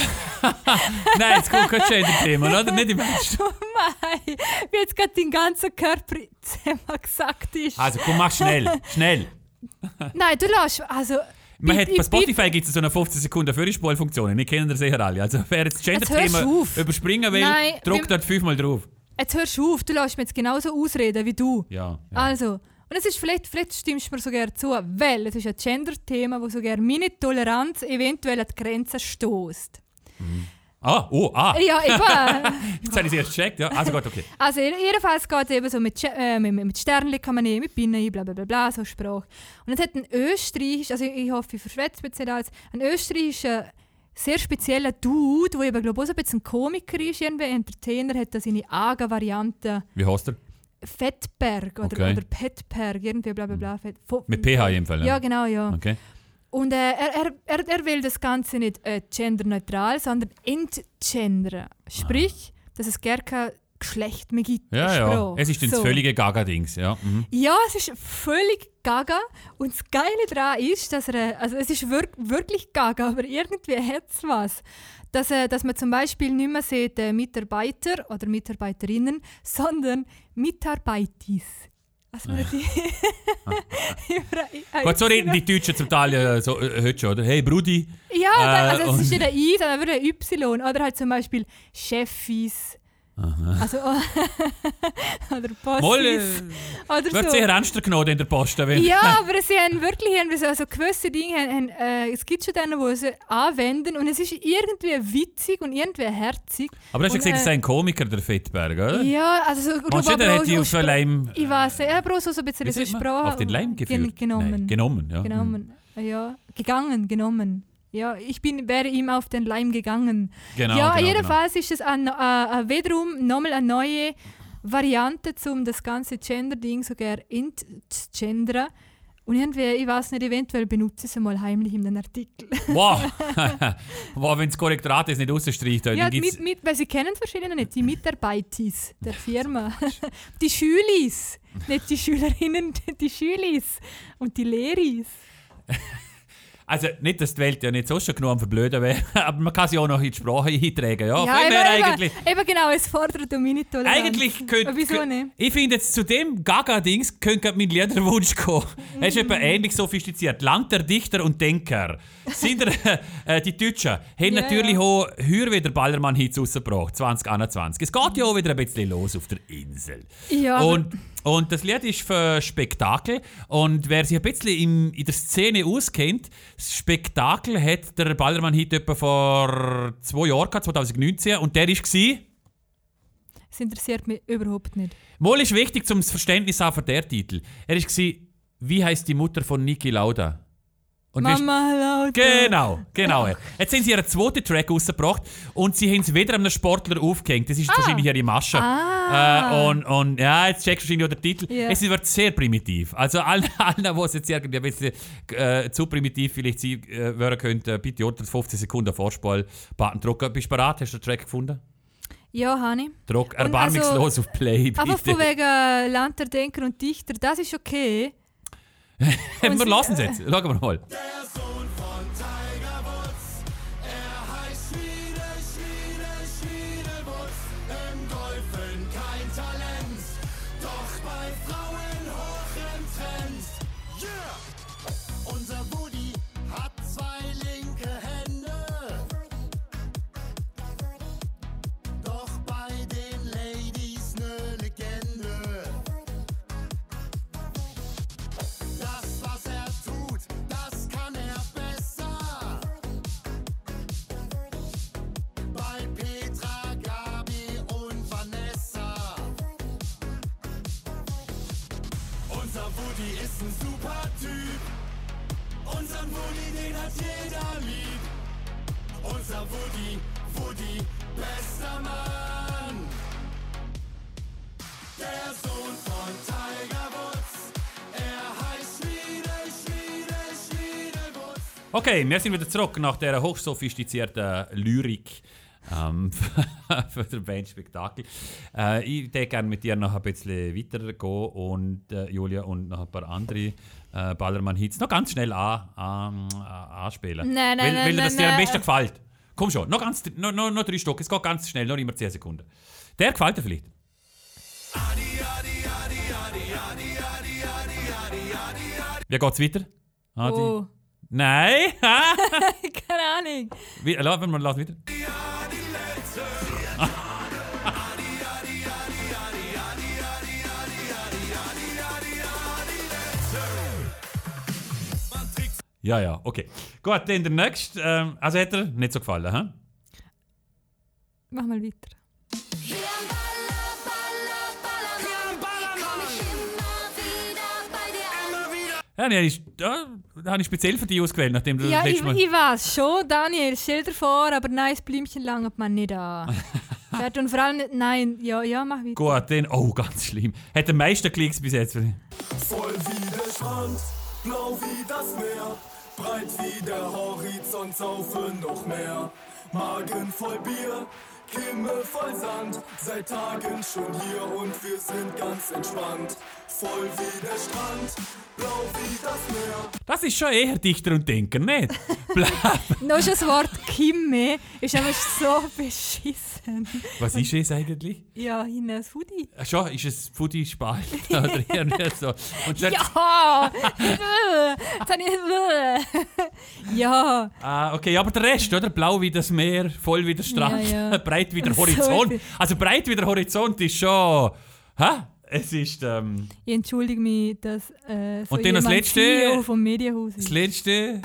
Speaker 1: Nein, jetzt kommt kein Gender-Thema, oder? Nicht im Ernst.
Speaker 2: Oh mein, wie jetzt gerade dein ganzer Körper zusammen gesagt ist.
Speaker 1: Also komm, mach
Speaker 2: [laughs]
Speaker 1: schnell, schnell.
Speaker 2: Nein, du lässt. Also,
Speaker 1: Man hat,
Speaker 2: bitte,
Speaker 1: bei
Speaker 2: ich bitte-
Speaker 1: Spotify gibt es so eine 15 Sekunden Führerspulfunktion. Wir kennen das sicher alle. Also wer jetzt das
Speaker 2: Jetzt hörst
Speaker 1: Gender-Thema
Speaker 2: du auf.
Speaker 1: überspringen will,
Speaker 2: Nein,
Speaker 1: drückt
Speaker 2: wir-
Speaker 1: dort fünfmal drauf.
Speaker 2: Jetzt hörst du auf, du lässt mich jetzt genauso ausreden wie du.
Speaker 1: Ja. ja.
Speaker 2: Also, und es ist vielleicht, vielleicht stimmst du mir sogar zu, weil es ist ein Gender-Thema, wo sogar meine Toleranz eventuell an die Grenzen stößt.
Speaker 1: Ah, oh, ah.
Speaker 2: Ja, eben. [laughs]
Speaker 1: Jetzt habe ich es erst gecheckt. Ja. Also gut, okay.
Speaker 2: Also je- jedenfalls geht es eben so mit, Sche- äh, mit, mit Sternchen kann man nehmen, mit Binnen, ein, bla bla bla, bla so Sprache. Und jetzt hat ein österreichischer, also ich- ich hoffe, ich verschwätze mich jetzt nicht alles, ein österreichischer sehr spezieller Dude, der eben glaube ich auch so ein bisschen ein Komiker ist, irgendwie Entertainer, hat da seine AGA-Variante
Speaker 1: Wie heißt er?
Speaker 2: Fettberg oder,
Speaker 1: Okay. Mhm.
Speaker 2: oder Petberg, irgendwie bla bla bla. Fett, Fo-
Speaker 1: Mit PH jedenfalls.
Speaker 2: Ja, genau, ja.
Speaker 1: Okay.
Speaker 2: Und äh, er, er, er, er will das Ganze nicht äh, genderneutral, sondern entgendern. Sprich, dass es gar kein Geschlecht mehr gibt.
Speaker 1: Ah. Ja, ja. Es ist ein
Speaker 2: so.
Speaker 1: völlige Gaga-Dings. Ja. Mhm.
Speaker 2: Ja, es ist völlig gaga. Und das Geile daran ist, dass er, äh, also es ist wirk wirklich gaga, aber irgendwie hat es was. Dass, äh, dass man zum Beispiel nicht mehr sieht, äh, Mitarbeiter oder Mitarbeiterinnen, sondern Mitarbeitis. Also man die [laughs] über-
Speaker 1: Gut, so reden die Deutschen zum Teil äh, so, äh, heute schon, oder? Hey, Brudi.
Speaker 2: Ja, da-
Speaker 1: Äh,
Speaker 2: also es ist
Speaker 1: und-
Speaker 2: nicht ein I, sondern wieder ein Y. Oder halt zum Beispiel Chefis. Also, oh. [laughs] oder Postis.
Speaker 1: Mal, äh,
Speaker 2: oder
Speaker 1: wird
Speaker 2: so.
Speaker 1: sehr ernster genommen in der Post. Wenn,
Speaker 2: Ja, aber sie haben wirklich haben so also gewisse Dinge, haben, haben, äh, es gibt schon denen, die sie anwenden und es ist irgendwie witzig und irgendwie herzig.
Speaker 1: [laughs] Aber du hast ja
Speaker 2: Und,
Speaker 1: gesehen, das ist
Speaker 2: äh,
Speaker 1: ein Komiker, der Fettberg, oder?
Speaker 2: Ja, also so
Speaker 1: Meinst du, der hätte ich auf den Leim...
Speaker 2: Ich weiß, er braucht so ein bisschen
Speaker 1: wie
Speaker 2: so
Speaker 1: sagt man?
Speaker 2: Sprache.
Speaker 1: Auf den Leim
Speaker 2: gen-
Speaker 1: geführt?
Speaker 2: Genommen.
Speaker 1: Nein, genommen, ja. Mhm.
Speaker 2: genommen. Ja, gegangen, genommen. Ja, ich bin, wäre ihm auf den Leim gegangen.
Speaker 1: Genau,
Speaker 2: ja,
Speaker 1: genau,
Speaker 2: jedenfalls ist es an, äh, äh, wiederum nochmal eine neue Variante, um das ganze Gender-Ding sogar entgendern. Und irgendwie, ich weiß nicht, eventuell benutze ich es mal heimlich in den Artikel.
Speaker 1: Genau. Wow! [laughs] wow Wenn das Korrektorat das nicht rausstreicht, dann
Speaker 2: ja,
Speaker 1: gibt's-
Speaker 2: mit, mit, weil sie kennen es wahrscheinlich nicht, die Mitarbeiter
Speaker 1: [laughs]
Speaker 2: der Firma. [laughs] die Schülis, nicht die Schülerinnen, [laughs] die Schülis und die Lehris.
Speaker 1: Also nicht, dass die Welt ja nicht so schon genommen verblöden wäre, [laughs] aber man kann sie auch noch in die Sprache eintragen. Ja, von dem her eigentlich...
Speaker 2: Eben, eben genau, es fordert um meine Toleranz.
Speaker 1: Eigentlich könnte.
Speaker 2: Aber Wieso nicht?
Speaker 1: Ich finde jetzt zu dem Gaga-Dings könnte gerade mein Liederwunsch kommen.
Speaker 2: Mhm.
Speaker 1: Er ist etwa ähnlich sophistiziert. Land der Dichter und Denker. Sind er, [laughs] äh, die Deutschen haben
Speaker 2: Ja,
Speaker 1: natürlich
Speaker 2: ja.
Speaker 1: auch höher wieder Ballermann-Hits rausgebracht, 2021. Es geht ja auch wieder ein bisschen los auf der Insel.
Speaker 2: Ja, aber-
Speaker 1: Und, und das Lied ist für Spektakel. Und wer sich ein bisschen in, in der Szene auskennt, das Spektakel hat der Ballermann-Hit etwa vor zwei Jahren, gehabt, 2019, und der war.
Speaker 2: Das interessiert mich überhaupt nicht.
Speaker 1: Mol ist wichtig zum Verständnis auch für der Titel. Er ist gsi, wie heißt die Mutter von Niki Lauda? Und wie ist-
Speaker 2: Mama laut.
Speaker 1: Genau, genau. ja. Jetzt haben sie ihren zweiten Track rausgebracht und sie haben es wieder einem Sportler aufgehängt. Das ist wahrscheinlich ihre Masche.
Speaker 2: Ah.
Speaker 1: Äh, und, und ja, jetzt checkst du wahrscheinlich auch den Titel.
Speaker 2: Ja.
Speaker 1: Es wird sehr primitiv. Also [laughs] allen, allen die es jetzt irgendwie ein bisschen äh, zu primitiv vielleicht sein äh, wären könnte, bitte unter 15 Sekunden Vorspal-Button drücken. Bist du bereit? Hast du den Track gefunden?
Speaker 2: Ja, Hani.
Speaker 1: Druck
Speaker 2: also-
Speaker 1: erbarmungslos auf Play, bitte.
Speaker 2: Aber von wegen äh, Land der Denker und Dichter, das ist okay.
Speaker 1: Hey, [laughs] wir
Speaker 2: sie-
Speaker 1: lassen es jetzt. Schauen wir mal.
Speaker 4: Der Sohn von Tiger Woods, er heißt Schmiede, Schmiede, Schmiedewutz. Im Golfen kein Talent, doch bei Frauen hoch im Trend. Yeah! Unser Woody hat zwei linke Hände. Doch bei den Ladies ne Legende. Das, was er tut, das kann er besser. Bei Petra, Gabi und Vanessa. Unser Woody ist ein super Typ. Unseren Woody, den hat jeder lieb. Unser Woody, Woody, bester Mann. Der Sohn von Tiger Woods, er heißt Schmiede, Schmiede, Schmiedewutz.
Speaker 1: Okay, wir sind wieder zurück nach dieser hochsophistizierten Lyrik ähm, für den Band Spektakel. Äh, ich würde gerne mit dir noch ein bisschen weitergehen und äh, Julia und noch ein paar andere äh, Ballermann-Hits noch ganz schnell an, an, an- anspielen.
Speaker 2: Nein, nein,
Speaker 1: weil,
Speaker 2: nein,
Speaker 1: Weil dir das
Speaker 2: nein,
Speaker 1: dir am
Speaker 2: nein.
Speaker 1: besten gefällt. Komm schon, noch, ganz, noch, noch, noch drei Stück. Es geht ganz schnell, noch immer 10 Sekunden. Der gefällt dir vielleicht. Wie geht's weiter? Adi.
Speaker 2: Oh, [laughs]
Speaker 1: Nein! [laughs]
Speaker 2: keine Ahnung.
Speaker 1: Wie, äh, lass, lass wieder. [laughs] Ja, ja, okay. Gut, dann der nächste. Ähm, also hat er nicht so gefallen, hä?
Speaker 2: Mach mal weiter.
Speaker 5: Hier am Baller, Baller, Ballermann. Komm ich immer wieder bei dir an.
Speaker 1: Ja, nee, ist, ja, da habe ich speziell für dich ausgewählt, nachdem du
Speaker 2: Ja,
Speaker 1: das
Speaker 2: ich,
Speaker 1: letzte Äh, Mal.
Speaker 2: ich weiß schon, Daniel, stell dir vor, aber nein, das Blümchen langt man
Speaker 1: [laughs]
Speaker 2: nicht an. Fährt und vor allem nicht, nein, ja, ja, mach weiter.
Speaker 1: Gut, dann. Oh, ganz schlimm. Hat am meisten Klicks bis jetzt.
Speaker 4: Voll wie der Strand, blau wie das Meer. Breit wie der Horizont, saufe noch mehr. Magen voll Bier, Kimme voll Sand. Seit Tagen schon hier und wir sind ganz entspannt. Voll wie der Strand, blau wie das Meer.
Speaker 1: Das ist schon eher Dichter und Denker,
Speaker 2: [laughs]
Speaker 1: nicht? Bla-
Speaker 2: Noch ist das Wort Kimme ist einfach so [laughs] beschissen.
Speaker 1: Was ist es eigentlich?
Speaker 2: Ja, hinten ein Foodie.
Speaker 1: Ach schon, ist es [laughs] Foodie-Spalt? Oder eher nicht so. Und dann,
Speaker 2: Ja! [laughs] Bäh. Jetzt habe ich. [laughs] Bäh. Ja!
Speaker 1: Ah, okay, aber der Rest, oder? Blau wie das Meer, voll wie der Strand,
Speaker 2: Ja,
Speaker 1: [laughs]
Speaker 2: ja.
Speaker 1: breit wie der
Speaker 2: [laughs] So
Speaker 1: Horizont.
Speaker 2: ist
Speaker 1: Also breit wie der Horizont ist schon. Hä? Es ist. Ähm,
Speaker 2: Ich entschuldige mich, dass äh, so
Speaker 1: Und dann das
Speaker 2: jemand
Speaker 1: Letzte.
Speaker 2: CEO vom Medienhaus
Speaker 1: das
Speaker 2: ist.
Speaker 1: letzte.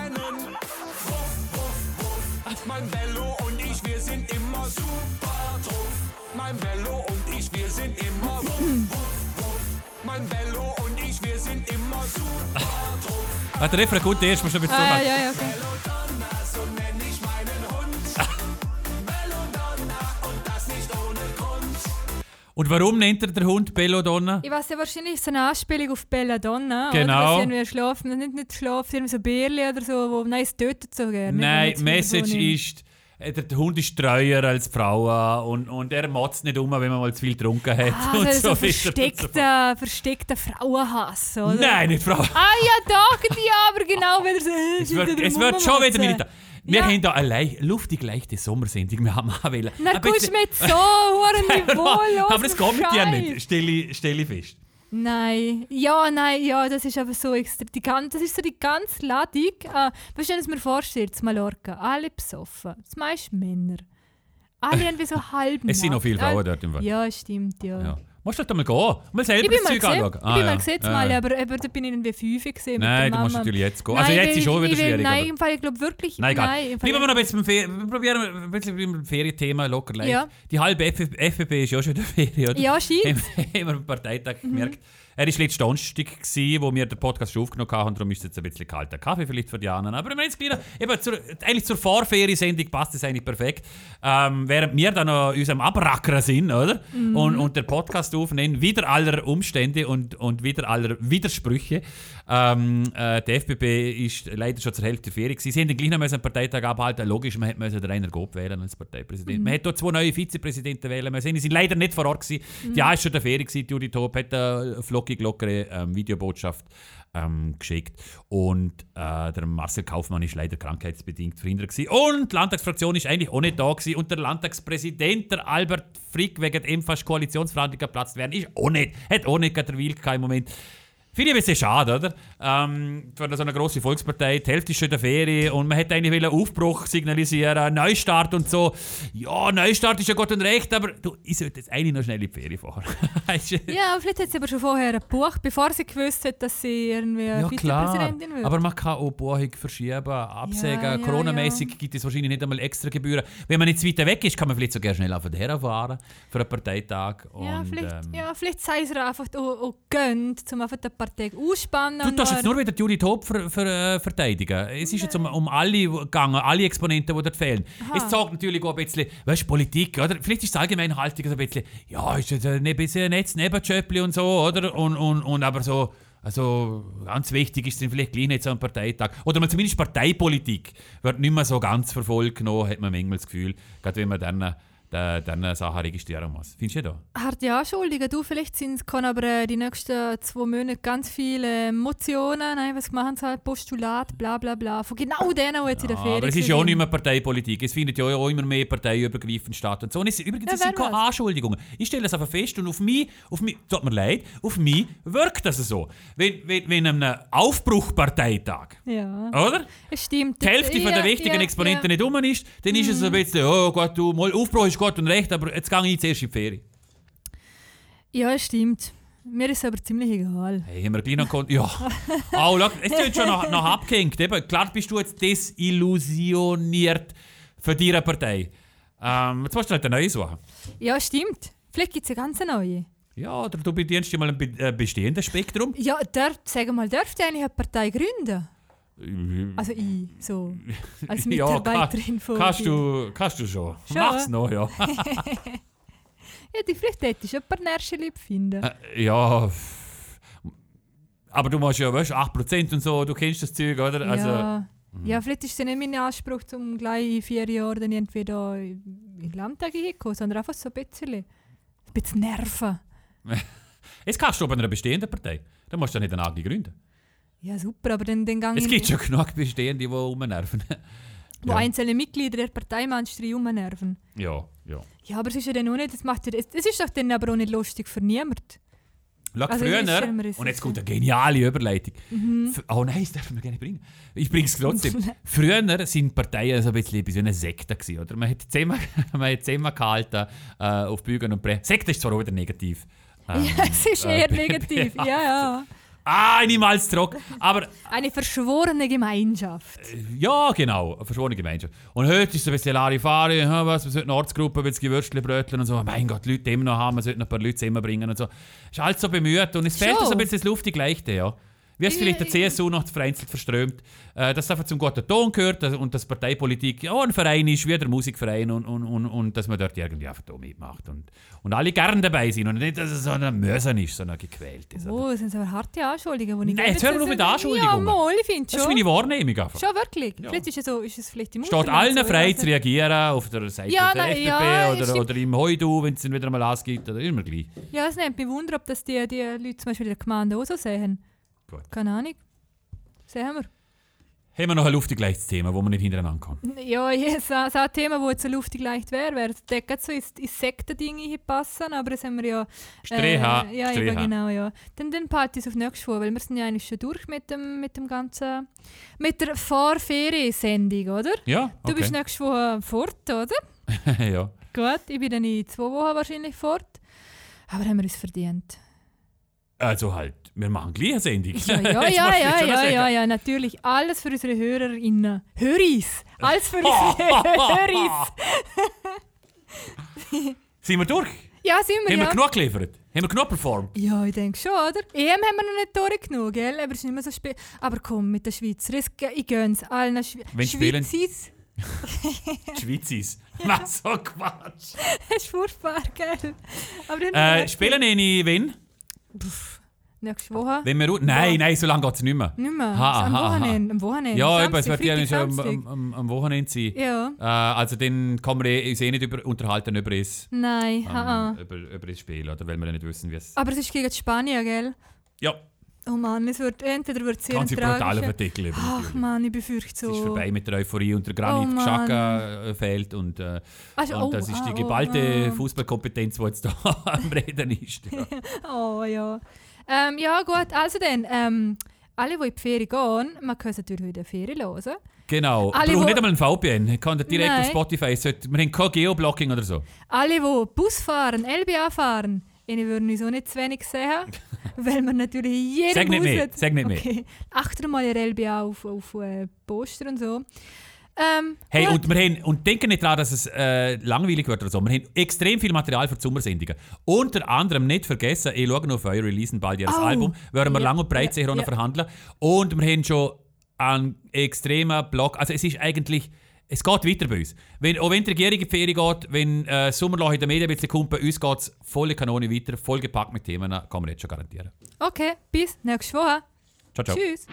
Speaker 4: Mein Bello und ich, wir sind immer super drauf. Mein Bello und ich, wir sind
Speaker 2: [laughs]
Speaker 4: immer wuff, wuff, wuff. Mein Bello und ich, wir sind immer super drauf.
Speaker 1: Ah, der Refrain kommt erst, musst du noch ein bisschen
Speaker 2: Ah,
Speaker 1: zumachen.
Speaker 2: ja, ja, okay.
Speaker 4: Belladonna, so nenn ich meinen Hund. Belladonna und das nicht ohne Grund.
Speaker 1: Und warum nennt er der Hund Bellodonna?
Speaker 2: Ich weiß ja, wahrscheinlich ist es eine Anspielung auf Belladonna.
Speaker 1: Genau.
Speaker 2: Oder? Dass sie irgendwie schlafen, nicht, nicht schlafen, irgendwie so Bärli oder so, wo nein, es tötet so gerne.
Speaker 1: Nein,
Speaker 2: Wenn
Speaker 1: die
Speaker 2: man
Speaker 1: Message
Speaker 2: jetzt wieder so nimmt.
Speaker 1: ist, äh, der der Hund ist treuer als die Frau äh, und, und er motzt nicht um, wenn man mal zu viel getrunken hat. [laughs]
Speaker 2: Ah,
Speaker 1: und
Speaker 2: also so
Speaker 1: weiter und so fort.
Speaker 2: versteckter, versteckter Frauenhass, oder?
Speaker 1: Nein, nicht Frau.
Speaker 2: Ah ja, doch, ja, aber genau, wenn er so...
Speaker 1: [laughs] Es wird, es wird schon wieder militar. Wir
Speaker 2: Ja.
Speaker 1: haben da eine lei- luftig leichte Sommersendung. [laughs] Wir haben auch wollen.
Speaker 2: Na,
Speaker 1: Ein
Speaker 2: kommst
Speaker 1: bisschen-
Speaker 2: du
Speaker 1: [laughs]
Speaker 2: mit so hohem Niveau los.
Speaker 1: Aber das geht mit dir
Speaker 2: Scheiß.
Speaker 1: nicht, stelle ich, stell ich fest.
Speaker 2: Nein, ja, nein, ja, das ist einfach so extrem. Die ganze, das ist so die ganze Ladung. Äh, weißt du, wenn ich mir vorstelle, zu Mallorca, alle besoffen, das meiste Männer. Alle irgendwie
Speaker 1: [laughs]
Speaker 2: so halb
Speaker 1: Es sind noch
Speaker 2: nackt.
Speaker 1: viele Frauen
Speaker 2: Alle-
Speaker 1: dort im Fall.
Speaker 2: Ja, stimmt, ja.
Speaker 1: Ja. Musst du doch mal gehen, mal selber
Speaker 2: Ich bin
Speaker 1: das
Speaker 2: mal
Speaker 1: Zeug
Speaker 2: gesehen,
Speaker 1: anschauen. Ah,
Speaker 2: ich bin mal gesehen, mal,
Speaker 1: ja.
Speaker 2: aber, aber da bin ich irgendwie fünf
Speaker 1: Nein, du
Speaker 2: gesehen mit der Mama.
Speaker 1: musst natürlich jetzt gehen. Also
Speaker 2: Nein,
Speaker 1: jetzt ist
Speaker 2: ich
Speaker 1: schon
Speaker 2: will-
Speaker 1: wieder
Speaker 2: ich will-
Speaker 1: schwierig.
Speaker 2: Nein,
Speaker 1: aber-
Speaker 2: im Fall, ich glaube wirklich,
Speaker 1: Nein, egal.
Speaker 2: nein im Fall,
Speaker 1: Bleiben wir noch ein bisschen beim Ferien. Wir probieren ein bisschen beim Ferienthema locker leicht.
Speaker 2: Ja.
Speaker 1: Die halbe FF FFB ist ja schon wieder Ferien, oder?
Speaker 2: Ja, Mhm. scheint.
Speaker 1: [laughs] Haben wir- haben wir am Parteitag gemerkt. Er war letzten Donnerstag, gewesen, wo wir den Podcast schon aufgenommen haben. und Darum ist es jetzt ein bisschen kalter Kaffee vielleicht für die anderen. Aber wenn wir jetzt gleich noch, eben zur, eigentlich zur Vorferiensendung passt das eigentlich perfekt. Ähm, während wir dann noch in unserem Abrackern sind, oder?
Speaker 2: Mhm.
Speaker 1: Und, und den Podcast aufnehmen, wieder aller Umstände und, und wieder aller Widersprüche. Ähm, äh, der FBB ist leider schon zur Hälfte der Ferien. gewesen. Sie haben dann gleich noch mal einen Parteitag abhalten. Logisch, man hätte müssen den Rainer Gob wählen als Parteipräsident. Man hätte auch zwei neue Vizepräsidenten wählen müssen. Die sind leider nicht vor Ort. Gewesen. Die eine ist schon der Ferien. gewesen. Judith Top hat eine flockig lockere ähm, Videobotschaft ähm, geschickt. Und äh, der Marcel Kaufmann ist leider krankheitsbedingt verhindert. Gewesen. Und die Landtagsfraktion ist eigentlich auch nicht da. Gewesen. Und der Landtagspräsident, der Albert Frick, wegen dem fast Koalitionsverhandlung geplatzt werden, ist auch nicht. Hat auch nicht gerade der Wilke im Moment. Finde ich ein bisschen schade, oder? Ähm, für so eine grosse Volkspartei, die Hälfte ist schon in der Ferie und man hätte eigentlich wollen Aufbruch signalisieren, einen Neustart und so. Ja, Neustart ist ja Gott und Recht, aber du, ich sollte jetzt eigentlich noch schnell in die Ferien fahren. [laughs] Weisst du?
Speaker 2: Ja, vielleicht hat sie aber schon vorher ein Buch, bevor sie gewusst hat, dass sie irgendwie
Speaker 1: ja, klar.
Speaker 2: Vizepräsidentin wird.
Speaker 1: Aber man kann auch Buchung verschieben, absägen.
Speaker 2: Ja, ja,
Speaker 1: Corona-mäßig gibt es wahrscheinlich nicht einmal extra Gebühren. Wenn man jetzt weiter weg ist, kann man vielleicht sogar schnell auf den herfahren für einen Parteitag.
Speaker 2: ja,
Speaker 1: und,
Speaker 2: vielleicht,
Speaker 1: ähm,
Speaker 2: ja, vielleicht sei es ihr einfach auch, auch gönnt, um einfach den Partei ausspannen.
Speaker 1: Du
Speaker 2: und
Speaker 1: darfst
Speaker 2: dann-
Speaker 1: jetzt nur wieder Judith Hope ver, ver, äh, verteidigen. Es ist jetzt um, um alle gegangen, alle Exponenten, die dort fehlen. Es zeigt natürlich auch ein bisschen, weißt du, Politik, oder? Vielleicht ist die Allgemeinhaltung so ein bisschen, ja, ist jetzt ein bisschen ein Netz Nebenjöppli und so, oder? Und, und, und aber so, also ganz wichtig ist dann vielleicht gleich nicht so ein Parteitag. Oder mal zumindest Parteipolitik wird nicht mehr so ganz verfolgt genommen, hat man manchmal das Gefühl, gerade wenn man dann, äh, dann, dann Sachen registrieren muss. Findest du da?
Speaker 2: Harte Anschuldigungen. Du, vielleicht sind, kann aber äh, die nächsten zwei Monate ganz viele Motionen, nein, was machen sie halt, Postulat, bla bla bla, von genau denen, die jetzt in der Ferien
Speaker 1: Ah, Aber es ist ja auch
Speaker 2: sind.
Speaker 1: nicht mehr Parteipolitik. Es findet ja auch immer mehr parteiübergreifend statt. Und so. Und es, übrigens,
Speaker 2: Ja,
Speaker 1: es sind
Speaker 2: wer
Speaker 1: keine
Speaker 2: weiß.
Speaker 1: Anschuldigungen. Ich stelle das einfach fest und auf mich, auf mich, tut mir leid, auf mich wirkt das so. Wenn, wenn, wenn an einem Aufbruchparteitag,
Speaker 2: Ja,
Speaker 1: oder?
Speaker 2: es stimmt.
Speaker 1: Die Hälfte
Speaker 2: ja,
Speaker 1: von der wichtigen
Speaker 2: ja,
Speaker 1: Exponenten
Speaker 2: ja. Mhm.
Speaker 1: nicht rum ist, dann ist es so ein bisschen, oh Gott, du, mal Aufbruch ist Gott und Recht, aber jetzt gehe ich zuerst in die Ferien.
Speaker 2: Ja, es stimmt. Mir ist es aber ziemlich egal.
Speaker 1: Hey, haben wir gleich noch Kon
Speaker 2: [laughs]
Speaker 1: Ja. Au, schau, es wird schon noch, noch abgehängt. Eben, klar bist du jetzt desillusioniert für deine Partei. Ähm, jetzt musst du halt eine neue suchen.
Speaker 2: Ja, stimmt. Vielleicht gibt es eine ganz neue.
Speaker 1: Ja, oder du bedienst dich mal ein be- äh, bestehendes Spektrum.
Speaker 2: Ja, darf, sag mal, dürfte ich eigentlich eine Partei gründen? Also ich,
Speaker 1: [laughs]
Speaker 2: so, als Mitarbeiterin
Speaker 1: kann-
Speaker 2: von...
Speaker 1: Hm. Äh, kannst du, kannst du schon.
Speaker 2: Schon,
Speaker 1: Mach's noch, ja. [laughs]
Speaker 2: Ja, die vielleicht hättest du ein paar Nerschenlieb finden.
Speaker 1: Äh, ja. f- Aber du machst ja, weißt du, 8% und so, du kennst das Zeug, oder? Also,
Speaker 2: ja. Ja, vielleicht ist es ja nicht mein Anspruch, um gleich in vier Jahren dann irgendwie da in in den Landtag hinzukommen, sondern einfach so ein bisschen. Ein bisschen Nerven.
Speaker 1: Jetzt kannst du bei einer bestehenden Partei. Dann musst du ja nicht eine eigene gründen.
Speaker 2: Ja, super, aber dann, dann gehe
Speaker 1: Es
Speaker 2: ich
Speaker 1: gibt schon genug Bestehende, die rumnerven. [laughs]
Speaker 2: wo
Speaker 1: ja.
Speaker 2: einzelne Mitglieder der Partei manchmal rumnerven.
Speaker 1: ja, ja.
Speaker 2: Ja, aber es ist ja dann auch nicht, das macht ja, es, es ist doch dann aber auch nicht lustig
Speaker 1: [laughs]
Speaker 2: für niemand.
Speaker 1: Schau,
Speaker 2: Also, jetzt
Speaker 1: früher,
Speaker 2: stellen wir uns
Speaker 1: und jetzt
Speaker 2: das
Speaker 1: kommt eine geniale Überleitung.
Speaker 2: Mhm.
Speaker 1: F- Oh nein, das dürfen wir gar nicht bringen. Ich bringe es
Speaker 2: [laughs]
Speaker 1: trotzdem. früher sind Parteien so ein bisschen wie eine Sekte. Gewesen, oder? Man hat zehnmal, [laughs] man hat zehnmal gehalten äh, auf Bügen und Brechen. Sekte ist zwar auch wieder negativ. Ähm,
Speaker 2: Ja, es ist
Speaker 1: äh,
Speaker 2: eher negativ, ja, ja.
Speaker 1: ah, niemals zurück. Aber
Speaker 2: Eine verschworene Gemeinschaft.
Speaker 1: Ja, genau, eine verschworene Gemeinschaft. Und heute ist es ein bisschen Larifari, hm, was, man sollte eine Ortsgruppe, ein bisschen Würstchen bröteln und so. Mein Gott, die Leute immer noch haben, man sollte noch ein paar Leute zusammenbringen und so. Ist alles so bemüht und es fehlt
Speaker 2: Schon.
Speaker 1: so ein bisschen das luftig Leichte, ja. Wie es
Speaker 2: Ich-
Speaker 1: vielleicht der
Speaker 2: ich-
Speaker 1: CSU noch vereinzelt verströmt, äh, dass es einfach zum guten Ton gehört dass- und dass Parteipolitik ja ein Verein ist, wie der Musikverein und, und, und, und dass man dort irgendwie einfach da mitmacht und, und alle gern dabei sind und nicht, dass es so ein Mösen ist, sondern gequält ist.
Speaker 2: Oh, das sind aber harte Anschuldigungen. die ich
Speaker 1: Nein,
Speaker 2: gebe.
Speaker 1: jetzt hören wir auf mit
Speaker 2: Ja,
Speaker 1: Anschuldigungen.
Speaker 2: mal, ich finde
Speaker 1: das
Speaker 2: schon.
Speaker 1: ist meine Wahrnehmung einfach.
Speaker 2: Schon wirklich. Vielleicht ist es, so, ist es vielleicht im
Speaker 1: Steht
Speaker 2: Ausland
Speaker 1: allen
Speaker 2: Genau, so, ich
Speaker 1: frei
Speaker 2: weiß
Speaker 1: zu
Speaker 2: nicht.
Speaker 1: reagieren auf der Seite
Speaker 2: Ja,
Speaker 1: der
Speaker 2: nein,
Speaker 1: FDP
Speaker 2: ja,
Speaker 1: oder,
Speaker 2: stimmt.
Speaker 1: oder im Heudu, wenn es dann wieder mal Anlass gibt. Oder immer gleich.
Speaker 2: Ja, es nimmt mich Wunder, ob das die, die Leute zum Beispiel in der Gemeinde auch so sehen.
Speaker 1: Gut.
Speaker 2: Keine Ahnung. Sehen wir.
Speaker 1: Haben wir noch ein luftgleiches Thema, wo man nicht hintereinander kommt?
Speaker 2: Ja, [laughs] ja, so, so ein Thema, wo jetzt so luftig leicht wäre, wäre es gerade so ins ins Sektending passen, aber das haben wir ja... äh,
Speaker 1: Streha,
Speaker 2: ja,
Speaker 1: Streha.
Speaker 2: eben, genau, ja. Dann, dann Partys auf nächstes Woche, weil wir sind ja eigentlich schon durch mit dem, mit dem ganzen... Mit der Vorferiensendung, oder?
Speaker 1: Ja,
Speaker 2: Du
Speaker 1: okay.
Speaker 2: bist nächste Woche fort, oder?
Speaker 1: [laughs] ja.
Speaker 2: Gut, ich bin dann in zwei Wochen wahrscheinlich fort. Aber haben wir uns verdient.
Speaker 1: Also halt, wir machen gleich eine Sendung.
Speaker 2: Ja,
Speaker 1: [laughs] Jetzt
Speaker 2: ja,
Speaker 1: musst
Speaker 2: ja,
Speaker 1: du
Speaker 2: ja,
Speaker 1: schon noch
Speaker 2: ja,
Speaker 1: sagen.
Speaker 2: ja, ja, natürlich. Alles für unsere Hörerinnen. Höris! Alles für unsere
Speaker 1: [laughs]
Speaker 2: Höris!
Speaker 1: Sind wir durch?
Speaker 2: Ja, sind wir,
Speaker 1: Haben wir
Speaker 2: ja.
Speaker 1: genug geliefert? Haben wir genug performt?
Speaker 2: Ja, ich denke schon, oder? EM haben wir noch nicht durch genug, gell? Aber es ist nicht mehr so spät. Aber komm, mit den Schweizern, es ge- ich gönn's allen Schwe
Speaker 1: Wenn spielen-
Speaker 2: Schweizis.
Speaker 1: Die Schweiz
Speaker 2: [laughs]
Speaker 1: ist. Was so Quatsch.
Speaker 2: Das [laughs] ist furchtbar, gell? Aber dann
Speaker 1: Äh, spielen eine, wenn?
Speaker 2: nächste Woche.
Speaker 1: Wenn wir. Nein, nein, so lange geht es nicht mehr.
Speaker 2: Nicht mehr.
Speaker 1: Ha,
Speaker 2: Es ist am
Speaker 1: ha, ha.
Speaker 2: Wochenende. Am Wochenende.
Speaker 1: Ja, eben,
Speaker 2: Samstag,
Speaker 1: es wird ja
Speaker 2: Freitag,
Speaker 1: schon am,
Speaker 2: Samstag.
Speaker 1: am, am- am Wochenende sein.
Speaker 2: Ja.
Speaker 1: Äh, also dann kann man eh- uns eh nicht über, unterhalten über das,
Speaker 2: Nein,
Speaker 1: ähm,
Speaker 2: ha, ha.
Speaker 1: über, über das Spiel, oder? weil wir ja nicht wissen, wie es...
Speaker 2: Aber es ist gegen Spanien, gell?
Speaker 1: Ja,
Speaker 2: Oh Mann, es wird entweder wird sehr
Speaker 1: ganz brutaler
Speaker 2: tragisch.
Speaker 1: Vertikel über
Speaker 2: Ach
Speaker 1: natürlich.
Speaker 2: Mann, ich befürchte so.
Speaker 1: Es ist vorbei mit der Euphorie und der
Speaker 2: Oh
Speaker 1: Granit
Speaker 2: Mann.
Speaker 1: Xhaka äh, fehlt und, äh,
Speaker 2: Ach, so,
Speaker 1: und
Speaker 2: oh,
Speaker 1: das ist
Speaker 2: ah,
Speaker 1: die
Speaker 2: oh,
Speaker 1: geballte
Speaker 2: ah.
Speaker 1: Fußballkompetenz, die jetzt da [laughs] am Reden
Speaker 2: [laughs]
Speaker 1: ist. Ja.
Speaker 2: Oh ja. Ähm, ja gut, also dann. Ähm, alle, die in die Ferien gehen, man kann es natürlich heute Ferien hören.
Speaker 1: Genau,
Speaker 2: Alle,
Speaker 1: braucht
Speaker 2: wo-
Speaker 1: nicht einmal ein VPN, Ich kann das direkt
Speaker 2: Nein.
Speaker 1: auf Spotify, Es sollte, wir haben kein Geoblocking oder so.
Speaker 2: Alle, die Bus fahren, LBA fahren, ihnen würden uns auch nicht zu wenig
Speaker 1: [laughs]
Speaker 2: sehen, weil man natürlich in jedem
Speaker 1: Sag nicht
Speaker 2: Bus
Speaker 1: mehr,
Speaker 2: hat-
Speaker 1: sag nicht mehr.
Speaker 2: Okay. Achtet mal ihr LBA auf, auf äh, Poster und so. Ähm,
Speaker 1: Hey,
Speaker 2: gut.
Speaker 1: und, wir haben, und denken nicht daran, dass es äh, langweilig wird oder so. Wir haben extrem viel Material für die Sommersendungen. Unter anderem nicht vergessen, ich schaue noch auf euch, releasen bald ihr
Speaker 2: Au.
Speaker 1: Album. Werden wir
Speaker 2: Oh, Ja,
Speaker 1: lang und breit
Speaker 2: ja,
Speaker 1: sicher auch noch
Speaker 2: ja.
Speaker 1: verhandeln. Und wir haben schon einen extremen Block. Also es ist eigentlich... Es geht weiter bei uns. Wenn, auch wenn die Regierung in die Ferien geht, wenn äh, Sommerloch in den Medien ein bisschen kommt, bei uns geht es volle Kanone weiter, vollgepackt mit Themen, kann man jetzt schon garantieren.
Speaker 2: okay, bis nächste Woche.
Speaker 1: Ciao, ciao.
Speaker 2: Tschüss.